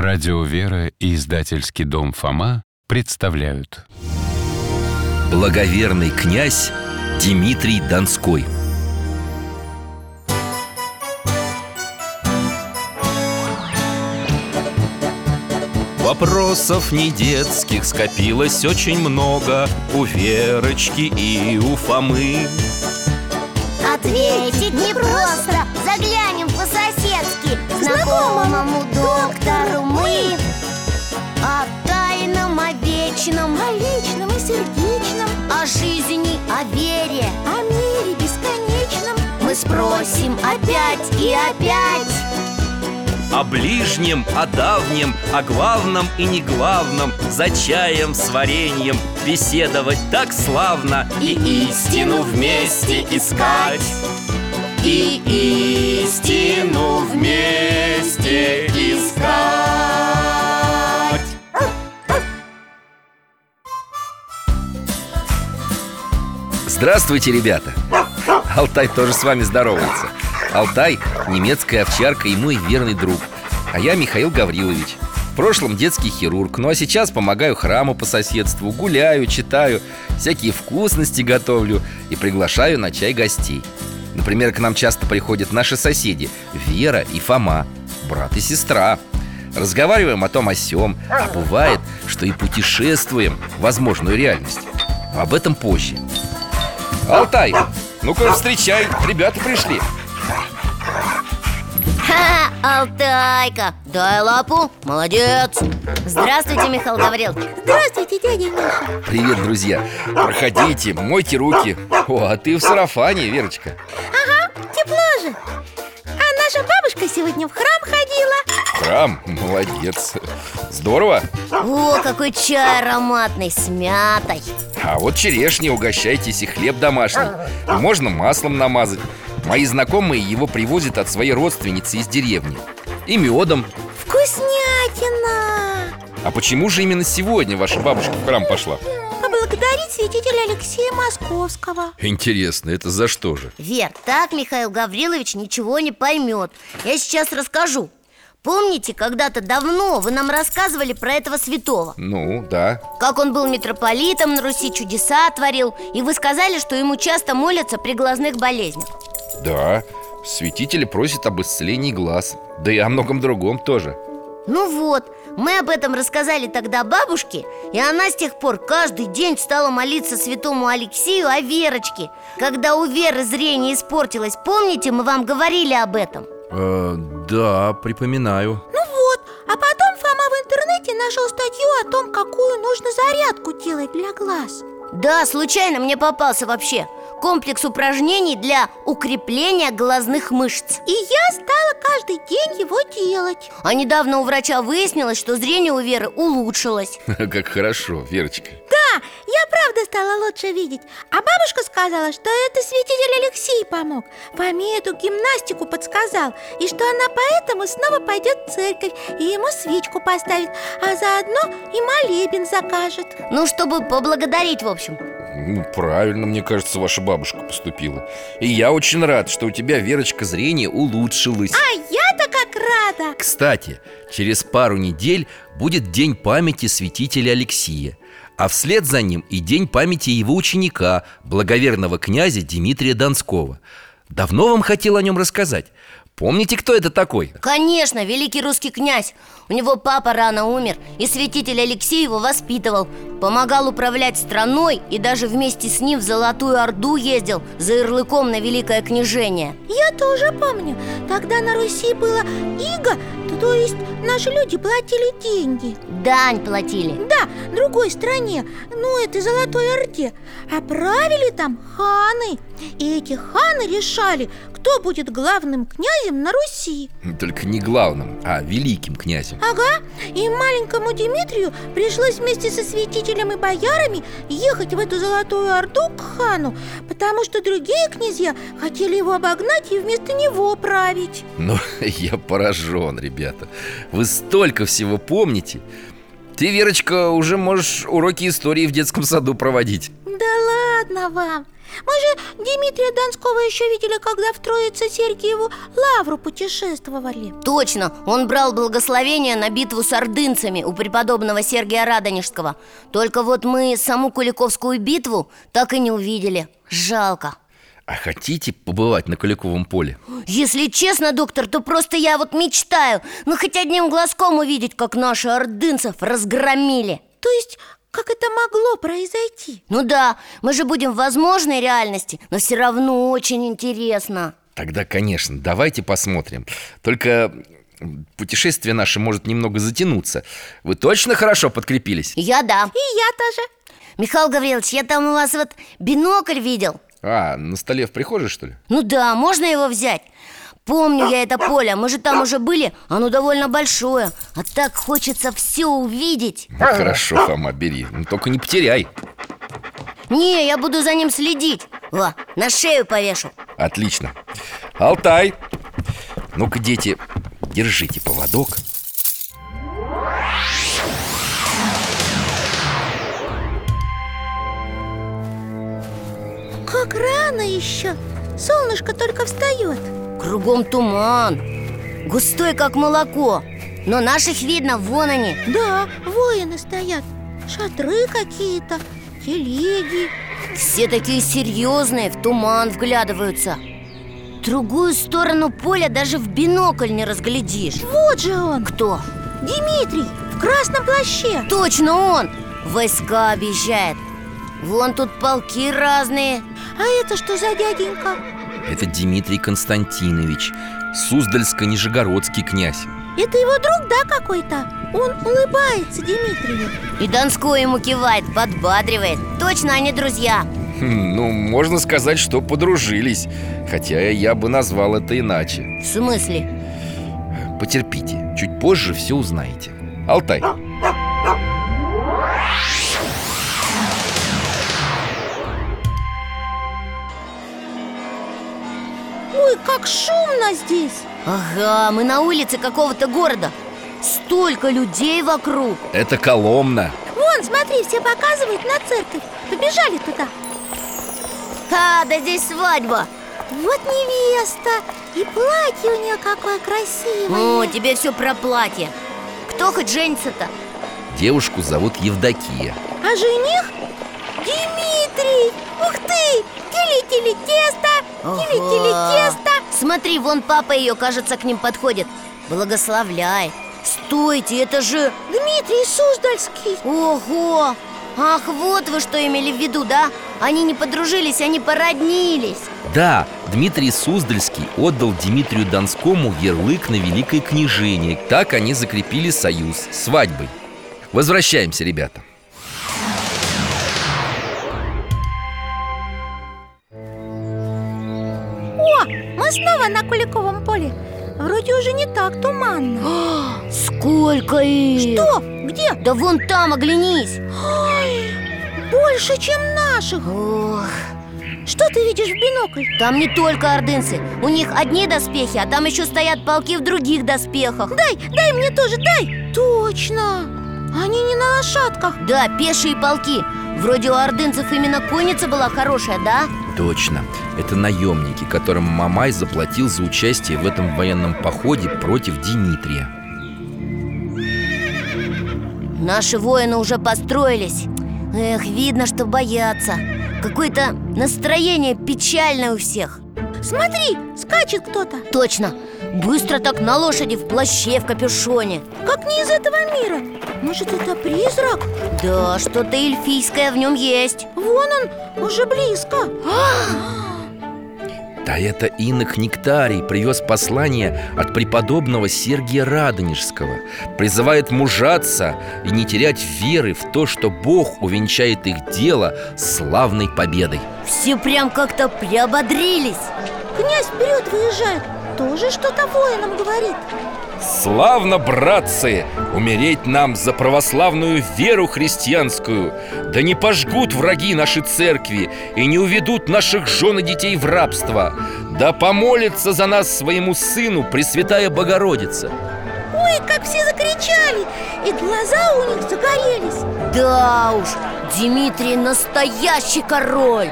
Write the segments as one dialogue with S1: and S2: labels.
S1: Радио «Вера» и издательский дом «Фома» представляют.
S2: Благоверный князь Дмитрий Донской Вопросов не детских скопилось очень много У Верочки и у Фомы
S3: Ответить непросто Заглянем по-соседски Знакомому доктору мы О тайном, о вечном
S4: О личном и сердечном,
S3: О жизни, о вере
S4: о мире бесконечном
S3: Мы спросим опять и опять
S2: О ближнем, о давнем, о главном и не главном За чаем с вареньем беседовать так славно
S3: И истину вместе искать.
S2: И истину вместе искать Здравствуйте, ребята! Алтай тоже с вами здоровается Алтай – немецкая овчарка и мой верный друг А я Михаил Гаврилович В прошлом детский хирург Ну а сейчас помогаю храму по соседству Гуляю, читаю, всякие вкусности готовлю И приглашаю на чай гостей Например, к нам часто приходят наши соседи Вера и Фома Брат и сестра Разговариваем о том о сём А бывает, что и путешествуем в возможную реальность Об этом позже Алтай, ну-ка встречай, ребята пришли
S3: Ха, Алтайка, дай лапу, молодец Здравствуйте, Михаил Гаврилович
S4: Здравствуйте, дядя Миша
S2: Привет, друзья! Проходите, мойте руки О, а ты в сарафане, Верочка
S4: Тепло же А наша бабушка сегодня в храм ходила
S2: Храм, молодец Здорово
S3: О, какой чай ароматный, с мятой
S2: А вот черешни угощайтесь и хлеб домашний Можно маслом намазать Мои знакомые его привозят от своей родственницы из деревни И медом
S4: Вкуснятина
S2: А почему же именно сегодня ваша бабушка в храм пошла?
S4: Поблагодарить святителя Алексея Московского
S2: Интересно, это за что же?
S3: Вер, так Михаил Гаврилович ничего не поймет Я сейчас расскажу Помните, когда-то давно вы нам рассказывали про этого святого?
S2: Ну, да
S3: Как он был митрополитом, на Руси чудеса творил И вы сказали, что ему часто молятся при глазных болезнях
S2: Да, святители просят об исцелении глаз Да и о многом другом тоже
S3: Ну вот, мы об этом рассказали тогда бабушке И она с тех пор каждый день стала молиться святому Алексею о Верочке Когда у Веры зрение испортилось, помните, мы вам говорили об этом?
S2: Э, да, припоминаю
S4: Ну вот, а потом Фома в интернете нашел статью о том, какую нужно зарядку делать для глаз
S3: Да, случайно мне попался вообще Комплекс упражнений для укрепления глазных мышц
S4: И я стала каждый день его делать
S3: А недавно у врача выяснилось, что зрение у Веры улучшилось
S2: Как хорошо, Верочка
S4: Да, я правда стала лучше видеть А бабушка сказала, что это святитель Алексей помог Фоме эту гимнастику подсказал И что она поэтому снова пойдет в церковь И ему свечку поставит А заодно и молебен закажет
S3: Ну, чтобы поблагодарить, в общем
S2: Ну, правильно, мне кажется, ваша бабушка поступила И я очень рад, что у тебя, Верочка, зрение улучшилось
S4: А я-то как рада
S2: Кстати, через пару недель будет День памяти святителя Алексия А вслед за ним и День памяти его ученика, благоверного князя Дмитрия Донского Давно вам хотел о нем рассказать Помните, кто это такой?
S3: Конечно, великий русский князь У него папа рано умер И святитель Алексей его воспитывал Помогал управлять страной И даже вместе с ним в Золотую Орду ездил За ярлыком на Великое княжение
S4: Я-то уже помню Тогда на Руси было иго То есть наши люди платили деньги
S3: Дань платили
S4: Да, другой стране, ну это Золотой Орде А правили там ханы И эти ханы решали, кто будет главным князем на Руси
S2: Только не главным, а великим князем
S4: Ага, и маленькому Дмитрию пришлось вместе со святителем и боярами Ехать в эту Золотую Орду к хану Потому что другие князья хотели его обогнать и вместо него править
S2: Ну, я поражен, ребята Вы столько всего помните Ты, Верочка, уже можешь уроки истории в детском саду проводить
S4: Да ладно вам Мы же Дмитрия Донского еще видели, когда в Троице Сергиеву лавру путешествовали
S3: Точно, он брал благословение на битву с ордынцами у преподобного Сергия Радонежского Только вот мы саму Куликовскую битву так и не увидели Жалко
S2: А хотите побывать на Куликовом поле?
S3: Если честно, доктор, то просто я вот мечтаю Ну хоть одним глазком увидеть, как наши ордынцев разгромили
S4: То есть, как это могло произойти?
S3: Ну да, мы же будем в возможной реальности, но все равно очень интересно
S2: Тогда, конечно, давайте посмотрим Только м, путешествие наше может немного затянуться Вы точно хорошо подкрепились?
S3: Я да
S4: И я тоже
S3: Михаил Гаврилович, я там у вас вот бинокль видел
S2: А, на столе в прихожей, что ли?
S3: Ну да, можно его взять? Помню я это поле, мы же там уже были, оно довольно большое А так хочется все увидеть
S2: Ну, хорошо, Фома, бери Ну, Только не потеряй
S3: Не, я буду за ним следить Во, на шею повешу
S2: Отлично Алтай Ну-ка, дети, держите поводок
S4: Как рано еще Солнышко только встает
S3: Кругом туман Густой, как молоко Но наших видно, вон они
S4: Да, воины стоят Шатры какие-то Телеги
S3: Все такие серьезные, в туман вглядываются Другую сторону поля даже в бинокль не разглядишь
S4: Вот же он
S3: Кто?
S4: Дмитрий в красном плаще
S3: Точно он! Войска объезжает Вон тут полки разные
S4: А это что за дяденька?
S2: Это Дмитрий Константинович Суздальско-Нижегородский князь
S4: Это его друг, да, какой-то? Он улыбается Дмитрию
S3: И Донской ему кивает, подбадривает Точно они друзья
S2: Хм, Ну, можно сказать, что подружились Хотя я бы назвал это иначе
S3: В смысле?
S2: Потерпите, чуть позже все узнаете Алтай,
S4: Ой, как шумно здесь
S3: Ага, мы на улице какого-то города Столько людей вокруг
S2: это Коломна
S4: Вон, смотри, все показывают на церковь Побежали туда
S3: А, да здесь свадьба
S4: Вот невеста И платье у нее какое красивое
S3: О, тебе все про платье Кто хоть женится-то?
S2: Девушку зовут Евдокия
S4: А жених? Дмитрий! Ух ты! Тили-тили тесто! Тили-тили
S3: Ага.
S4: тесто!
S3: Смотри, вон папа ее, кажется, к ним подходит Благословляй Стойте, это же...
S4: Дмитрий Суздальский
S3: Ого! Ах, вот вы что имели в виду, да? Они не подружились, они породнились
S2: Да, Дмитрий Суздальский отдал Дмитрию Донскому ярлык на великое княжение Так они закрепили союз свадьбой Возвращаемся, ребята
S4: О, мы снова на Куликовом поле Вроде уже не так туманно
S3: Сколько их?
S4: Что? Где?
S3: Да вон там, оглянись
S4: Ой, больше, чем наших
S3: Ох,
S4: Что ты видишь в бинокль?
S3: там не только ордынцы У них одни доспехи, а там еще стоят полки в других доспехах
S4: Дай, дай мне тоже, дай Точно, они не на лошадках
S3: Да, пешие полки Вроде у ордынцев именно конница была хорошая, да?
S2: Точно, это наемники, которым Мамай заплатил за участие в этом военном походе против Дмитрия
S3: Наши воины уже построились Эх, видно, что боятся Какое-то настроение печальное у всех
S4: Смотри, скачет кто-то
S3: Точно, быстро так на лошади в плаще, в капюшоне
S4: Как не из этого мира Может, это призрак?
S3: Да, что-то эльфийское в нем есть
S4: Вон он, уже близко А?
S2: Да это инок Нектарий привез послание от преподобного Сергия Радонежского Призывает мужаться и не терять веры в то, что Бог увенчает их дело славной победой
S3: Все прям как-то приободрились
S4: Князь вперед выезжает Тоже что-то воинам говорит
S2: Славно, братцы, умереть нам за православную веру христианскую Да не пожгут враги наши церкви и не уведут наших жен и детей в рабство Да помолится за нас своему сыну Пресвятая Богородица
S4: Ой, как все закричали И глаза у них загорелись
S3: Да уж, Дмитрий настоящий король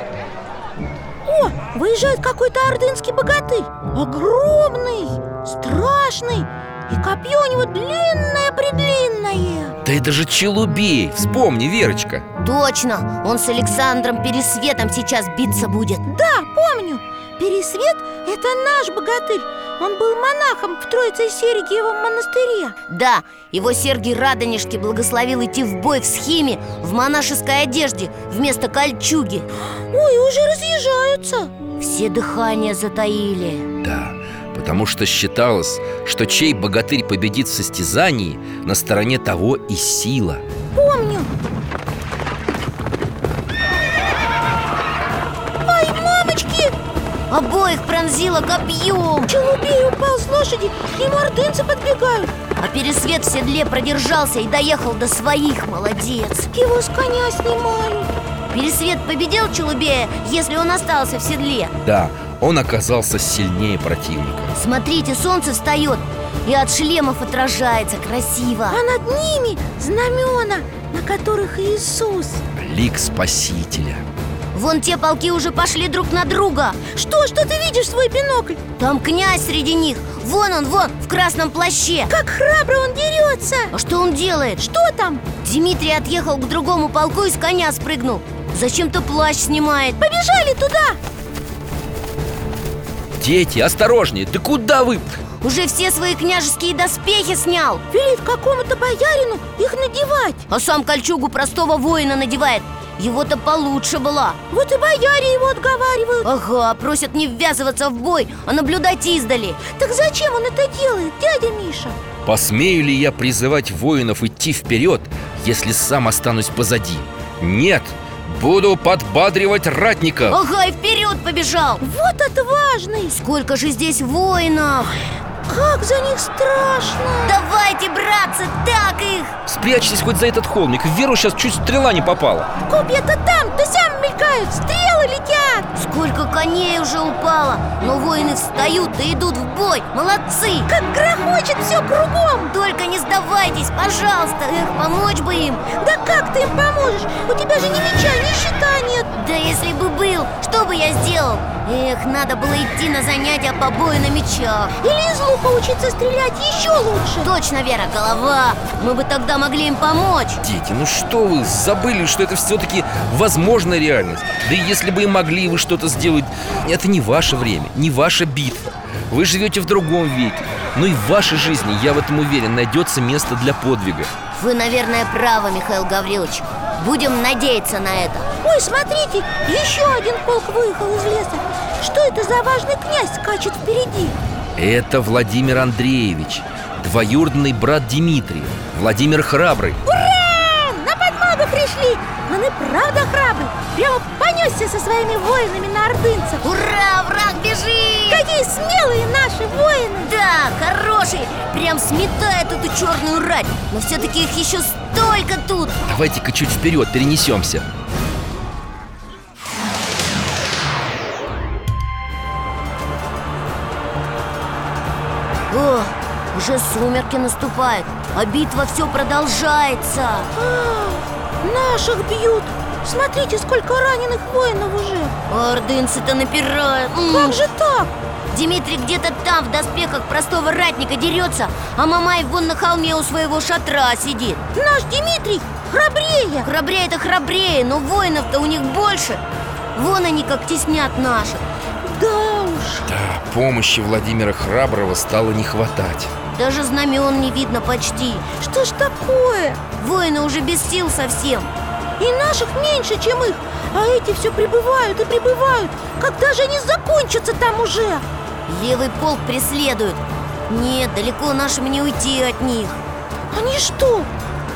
S4: О, выезжает какой-то ордынский богатырь Огромный, страшный И копье у него длинное-предлинное
S2: Да это же Челубей, вспомни, Верочка
S3: Точно, он с Александром Пересветом сейчас биться будет
S4: Да, помню Пересвет – это наш богатырь Он был монахом в Троице-Сергиевом монастыре
S3: Да, его Сергий Радонежки благословил идти в бой в схиме В монашеской одежде вместо кольчуги
S4: Ой, уже разъезжаются
S3: Все дыхание затаили
S2: Да, потому что считалось, что чей богатырь победит в состязании На стороне того и сила
S4: Помню Ой, мамочки!
S3: Обоих пронзило копьем
S4: Челубей упал с лошади, к нему ордынцы подбегают
S3: А Пересвет в седле продержался и доехал до своих, молодец
S4: Его с коня снимают
S3: Пересвет победил Челубея, если он остался в седле
S2: Да, он оказался сильнее противника
S3: Смотрите, солнце встает и от шлемов отражается красиво
S4: А над ними знамена, на которых Иисус
S2: Лик Спасителя
S3: Вон те полки уже пошли друг на друга
S4: Что, что ты видишь в свой бинокль?
S3: Там князь среди них Вон он, вон, в красном плаще
S4: Как храбро он дерется
S3: А что он делает? Ш-
S4: Что там?
S3: Дмитрий отъехал к другому полку и с коня спрыгнул Зачем-то плащ снимает
S4: Побежали туда!
S2: Дети, осторожнее, да куда вы?
S3: Уже все свои княжеские доспехи снял
S4: Велит какому-то боярину их надевать
S3: А сам кольчугу простого воина надевает Его-то получше была
S4: Вот и бояре его отговаривают
S3: Ага, просят не ввязываться в бой, а наблюдать издали
S4: Так зачем он это делает, дядя Миша?
S2: Посмею ли я призывать воинов идти вперед, если сам останусь позади? Нет, буду подбадривать ратников
S3: Ага, и вперед побежал
S4: Вот отважный!
S3: Сколько же здесь воинов
S4: Как за них страшно!
S3: Давайте, братцы, так их
S2: Спрячьтесь хоть за этот холмик, в Веру сейчас чуть стрела не попала
S4: Копья-то там, да сям мелькают, стрелы летят
S3: Сколько коней уже упало Но воины встают и идут в бой Молодцы!
S4: Как грохочет все кругом
S3: Только не сдавайтесь, пожалуйста Эх, помочь бы им
S4: Да как ты им поможешь? У тебя же ни меча, ни щита нет
S3: Да если бы был, что бы я сделал? Эх, надо было идти на занятия по бою на мечах
S4: Или из лука учиться стрелять еще лучше
S3: Точно, Вера, голова Мы бы тогда могли им помочь
S2: Дети, ну что вы, забыли, что это все-таки возможная реальность Да и если бы и могли вы что-то сделать, это не ваше время, не ваша битва Вы живете в другом веке Ну и в вашей жизни, я в этом уверен, найдется место для подвига
S3: Вы, наверное, правы, Михаил Гаврилович Будем надеяться на это
S4: Ой, смотрите, еще один полк выехал из леса Что это за важный князь скачет впереди?
S2: Это Владимир Андреевич, двоюродный брат Дмитрия, Владимир Храбрый.
S4: Ура! На подмогу пришли! Он и правда храбрый Прямо понесся со своими воинами на ордынцев
S3: Ура, враг бежит!
S4: Какие смелые наши воины!
S3: Да, хороший! Прям сметает эту черную рать Но все-таки их еще столько тут
S2: Давайте-ка чуть вперед перенесемся.
S3: О, уже сумерки наступают А битва все продолжается
S4: А, наших бьют! Смотрите, сколько раненых воинов уже!
S3: А Ордынцы-то напирают М.
S4: Как же так?
S3: Дмитрий где-то там в доспехах простого ратника дерется А Мамай вон на холме у своего шатра сидит
S4: Наш Дмитрий храбрее!
S3: Храбрее-то храбрее, но воинов-то у них больше Вон они как теснят наших
S4: Да уж!
S2: Да, помощи Владимира Храброго стало не хватать.
S3: Даже знамен не видно почти
S4: Что ж такое?
S3: Воины уже без сил совсем
S4: И наших меньше, чем их А эти все прибывают и прибывают Когда же они закончатся там уже?
S3: Левый полк преследует Нет, далеко нашим не уйти от них
S4: Они что,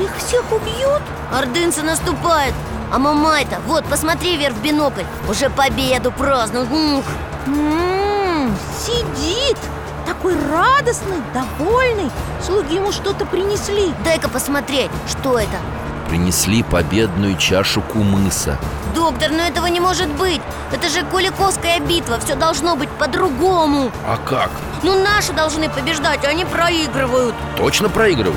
S4: их всех убьют?
S3: Ордынцы наступают А Мамай-то, вот, посмотри вверх в бинокль Уже победу Ммм, празднует Ух,
S4: М, М-м, сидит! Такой радостный, довольный Слуги ему что-то принесли
S3: Дай-ка посмотреть, что это
S2: Принесли победную чашу кумыса.
S3: Доктор, но этого не может быть Это же Куликовская битва Все должно быть по-другому
S2: А как?
S3: Ну наши должны побеждать, а они проигрывают
S2: Точно проигрывал?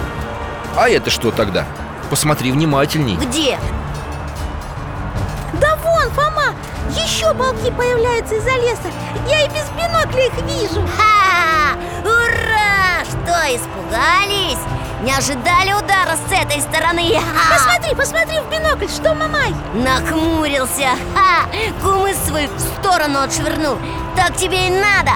S2: А это что тогда? Посмотри внимательней.
S3: Где?
S4: Да вон, Фома, Еще волки появляются из-за леса Я и без бинокля их вижу
S3: Ха! Ура! Что, испугались? Не ожидали удара с этой стороны? Ха!
S4: Посмотри, посмотри в бинокль, что Мамай
S3: Нахмурился! Ха! Кумыс свой в сторону отшвырнул! Так тебе и надо!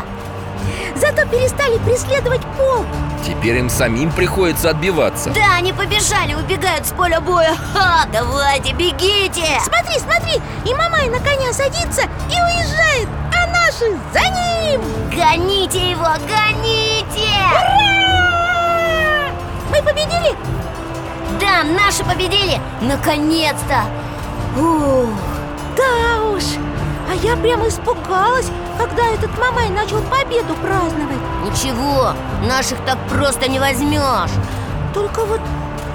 S4: Зато перестали преследовать пол
S2: Теперь им самим приходится отбиваться
S3: Да, они побежали, убегают с поля боя! Ха! Давайте, бегите!
S4: Смотри, смотри, и Мамай на коня садится и уезжает А наши за ним
S3: Гоните его, гоните!
S4: Ура! Мы победили?
S3: Да, наши победили! Наконец-то! Ух!
S4: Да уж А я прямо испугалась, когда этот Мамай начал победу праздновать
S3: Ничего, наших так просто не возьмешь
S4: Только вот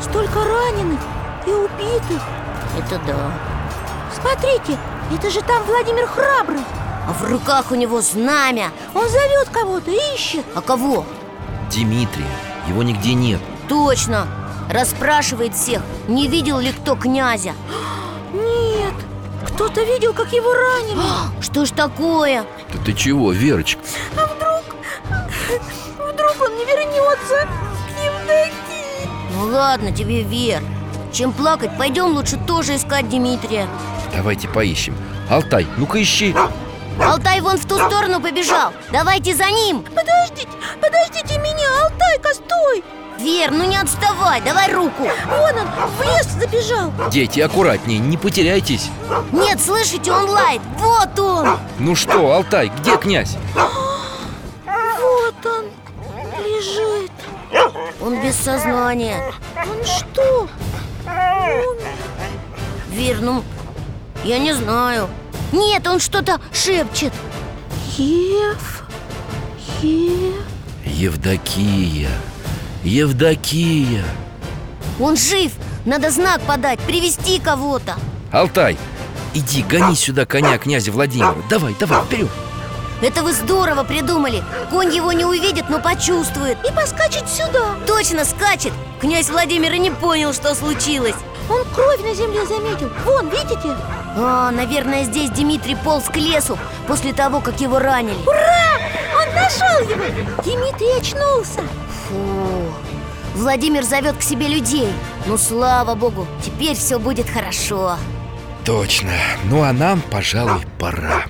S4: столько раненых и убитых
S3: Это да
S4: Смотрите, это же там Владимир Храбрый
S3: А в руках у него знамя
S4: Он зовет кого-то, ищет
S3: А кого?
S2: Дмитрия, его нигде нет
S3: Точно! Расспрашивает всех, не видел ли кто князя
S4: Нет, кто-то видел, как его ранили
S3: Что ж такое?
S2: Да ты чего, Верочка?
S4: А вдруг, вдруг он не вернется к Евдокии
S3: Ну ладно тебе, Вер Чем плакать, пойдем лучше тоже искать Дмитрия
S2: Давайте поищем Алтай, ну-ка ищи
S3: Алтай вон в ту сторону побежал Давайте за ним
S4: Подождите, подождите меня, Алтайка, стой
S3: Вер, ну не отставай, давай руку
S4: Вон он, в лес забежал
S2: Дети, аккуратнее, не потеряйтесь
S3: Нет, слышите, он лает Вот он
S2: Ну что, Алтай, где князь?
S4: Вот он лежит
S3: Он без сознания
S4: Он что?
S3: Вер, ну, я не знаю Нет, он что-то шепчет
S4: Ев, Ев
S2: Евдокия, Евдокия
S3: Он жив, надо знак подать, привести кого-то
S2: Алтай, иди, гони сюда коня князя Владимира Давай, давай, вперед
S3: Это вы здорово придумали Конь его не увидит, но почувствует
S4: И поскачет сюда
S3: Точно скачет Князь Владимир и не понял, что случилось
S4: Он кровь на земле заметил Вон, видите?
S3: А, наверное, здесь Дмитрий полз к лесу После того, как его ранили
S4: Ура! Он нашел его! Дмитрий очнулся
S3: Фу Владимир зовет к себе людей Ну, слава богу, теперь все будет хорошо
S2: Точно, ну а нам, пожалуй, пора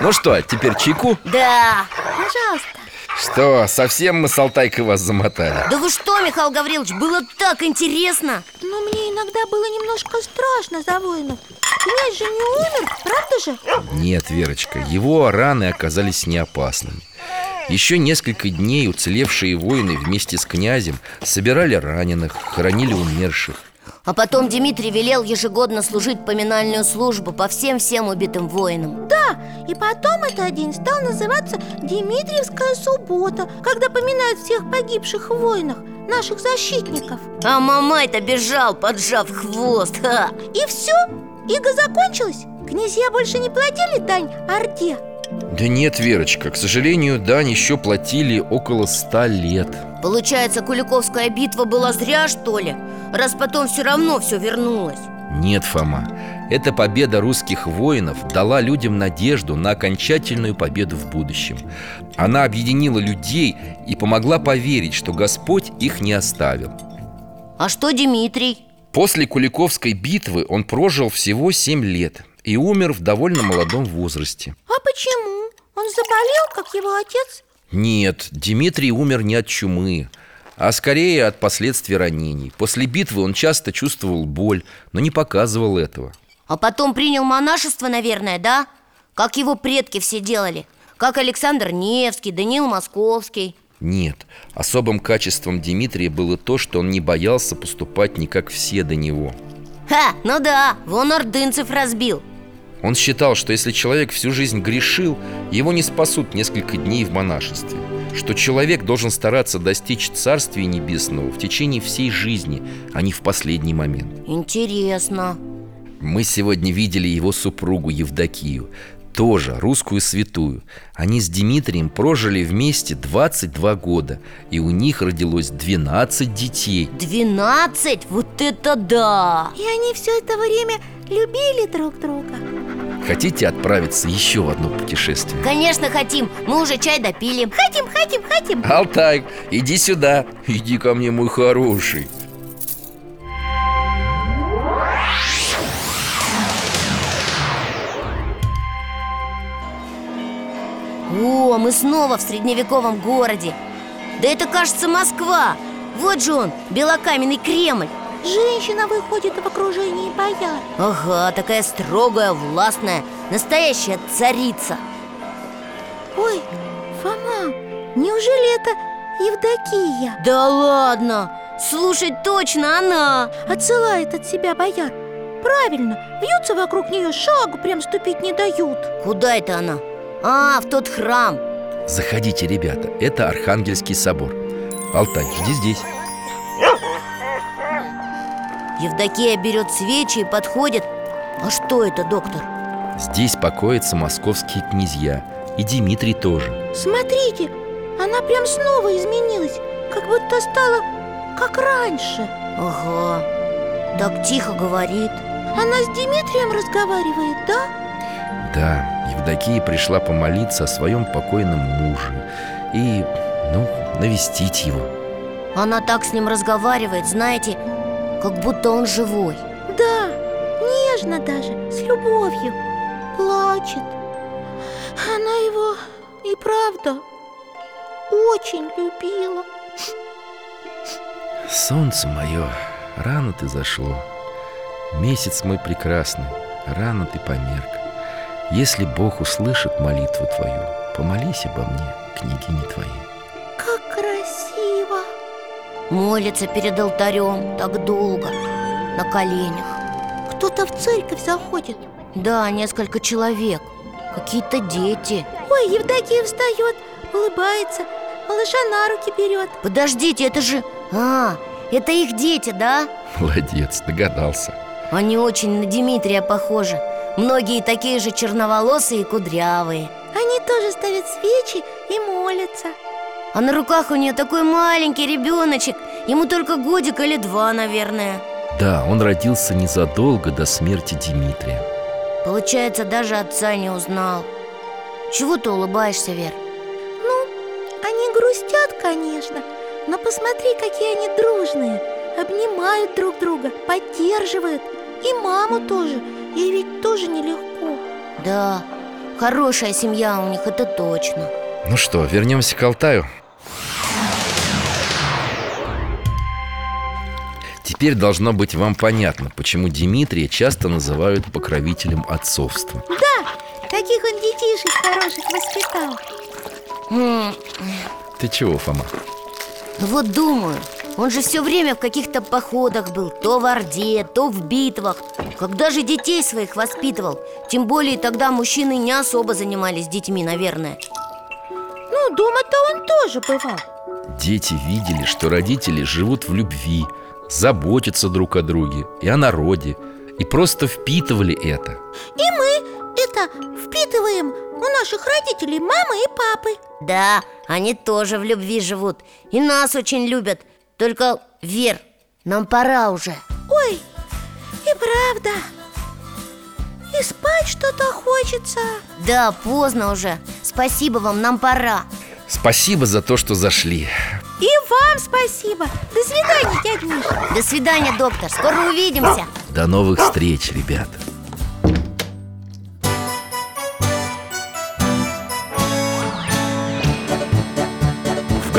S2: Ну что, теперь чайку?
S3: Да
S4: Пожалуйста
S2: Что, совсем мы с Алтайкой вас замотали?
S3: Да вы что, Михаил Гаврилович, было так интересно
S4: Но мне иногда было немножко страшно за воинов Князь же не умер, правда же?
S2: Нет, Верочка, его раны оказались неопасными. Еще несколько дней уцелевшие воины вместе с князем собирали раненых, хоронили умерших.
S3: А потом Дмитрий велел ежегодно служить поминальную службу По всем-всем убитым воинам
S4: Да, и потом этот день стал называться Дмитриевская суббота Когда поминают всех погибших в войнах Наших защитников
S3: А мамай-то бежал, поджав хвост Ха.
S4: И все, иго закончилась Князья больше не платили дань Орде
S2: Да нет, Верочка, к сожалению, дань еще платили около ста лет.
S3: Получается, Куликовская битва была зря, что ли? Раз потом все равно все вернулось
S2: Нет, Фома, эта победа русских воинов дала людям надежду на окончательную победу в будущем. Она объединила людей и помогла поверить, что Господь их не оставил.
S3: А что Дмитрий?
S2: После Куликовской битвы он прожил всего 7 лет и умер в довольно молодом возрасте.
S4: А почему? Он заболел, как его отец?
S2: Нет, Дмитрий умер не от чумы, а скорее от последствий ранений. После битвы он часто чувствовал боль, но не показывал этого.
S3: А потом принял монашество, наверное, да? Как его предки все делали Как Александр Невский, Даниил Московский
S2: Нет, особым качеством Дмитрия было то, что он не боялся поступать не как все до него.
S3: Ха, ну да, вон ордынцев разбил
S2: Он считал, что если человек всю жизнь грешил, его не спасут несколько дней в монашестве. Что человек должен стараться достичь Царствия Небесного в течение всей жизни, а не в последний момент.
S3: Интересно
S2: Мы сегодня видели его супругу Евдокию. тоже русскую святую. Они с Дмитрием прожили вместе 22 года, и у них родилось 12 детей.
S3: 12? Вот это да!
S4: И они все это время любили друг друга
S2: Хотите отправиться еще в одно путешествие?
S3: Конечно, хотим, мы уже чай допили
S4: Хотим, хотим, хотим
S2: Алтай, иди сюда. Иди ко мне, мой хороший.
S3: О, мы снова в средневековом городе Да это, кажется, Москва Вот же он, белокаменный Кремль
S4: Женщина выходит в окружении бояр
S3: Ага, такая строгая, властная, настоящая царица
S4: Ой, Фома, неужели это Евдокия?
S3: Да ладно, слушай, точно она
S4: Отсылает от себя бояр Правильно, вьются вокруг нее, шагу прям ступить не дают
S3: Куда это она? А, в тот храм
S2: Заходите, ребята, это Архангельский собор. Алтай, жди здесь.
S3: Евдокия берет свечи и подходит А что это, доктор?
S2: Здесь покоятся московские князья. И Дмитрий тоже.
S4: Смотрите, она прям снова изменилась Как будто стала как раньше
S3: Ага, так тихо говорит
S4: Она с Дмитрием разговаривает, да?
S2: Да, Евдокия пришла помолиться о своем покойном муже и, ну, навестить его.
S3: Она так с ним разговаривает, знаете, как будто он живой
S4: Да, нежно даже, с любовью Плачет Она его и правда очень любила
S2: Солнце мое, рано ты зашло. Месяц мой прекрасный, рано ты померк. Если Бог услышит молитву твою, помолись обо мне, княгине твоей.
S4: Как красиво!
S3: Молится перед алтарем так долго, на коленях
S4: Кто-то в церковь заходит
S3: Да, несколько человек, какие-то дети
S4: Ой, Евдокия встает, улыбается Малыша на руки берет
S3: Подождите, это же... А, это их дети, да?
S2: Молодец, догадался.
S3: Они очень на Дмитрия похожи Многие такие же черноволосые и кудрявые
S4: Они тоже ставят свечи и молятся
S3: А на руках у нее такой маленький ребеночек Ему только годик или два, наверное
S2: Да, он родился незадолго до смерти Дмитрия.
S3: Получается, даже отца не узнал Чего ты улыбаешься, Вер?
S4: Ну, они грустят, конечно Но посмотри, какие они дружные Обнимают друг друга, поддерживают И маму тоже Ей ведь тоже нелегко
S3: Да, хорошая семья у них, это точно
S2: Ну что, вернемся к Алтаю? Теперь должно быть вам понятно, почему Дмитрия часто называют покровителем отцовства.
S4: Каких он детишек хороших воспитал
S3: М,
S2: Ты чего, Фома?
S3: Ну Вот думаю, он же все время в каких-то походах был То в Орде, то в битвах Когда же детей своих воспитывал? Тем более тогда мужчины не особо занимались детьми, наверное
S4: Ну, дома-то он тоже бывал
S2: Дети видели, что родители живут в любви, заботятся друг о друге и о народе, и просто впитывали это.
S4: И мы это впитываем у наших родителей мамы и папы
S3: Да, они тоже в любви живут И нас очень любят Только, Вер, нам пора уже
S4: Ой, и правда И спать что-то хочется
S3: Да, поздно уже Спасибо вам, нам пора
S2: Спасибо за то, что зашли.
S4: И вам спасибо До свидания, дядь Миша
S3: До свидания, доктор, скоро увидимся
S2: До новых встреч, ребята. В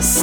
S2: С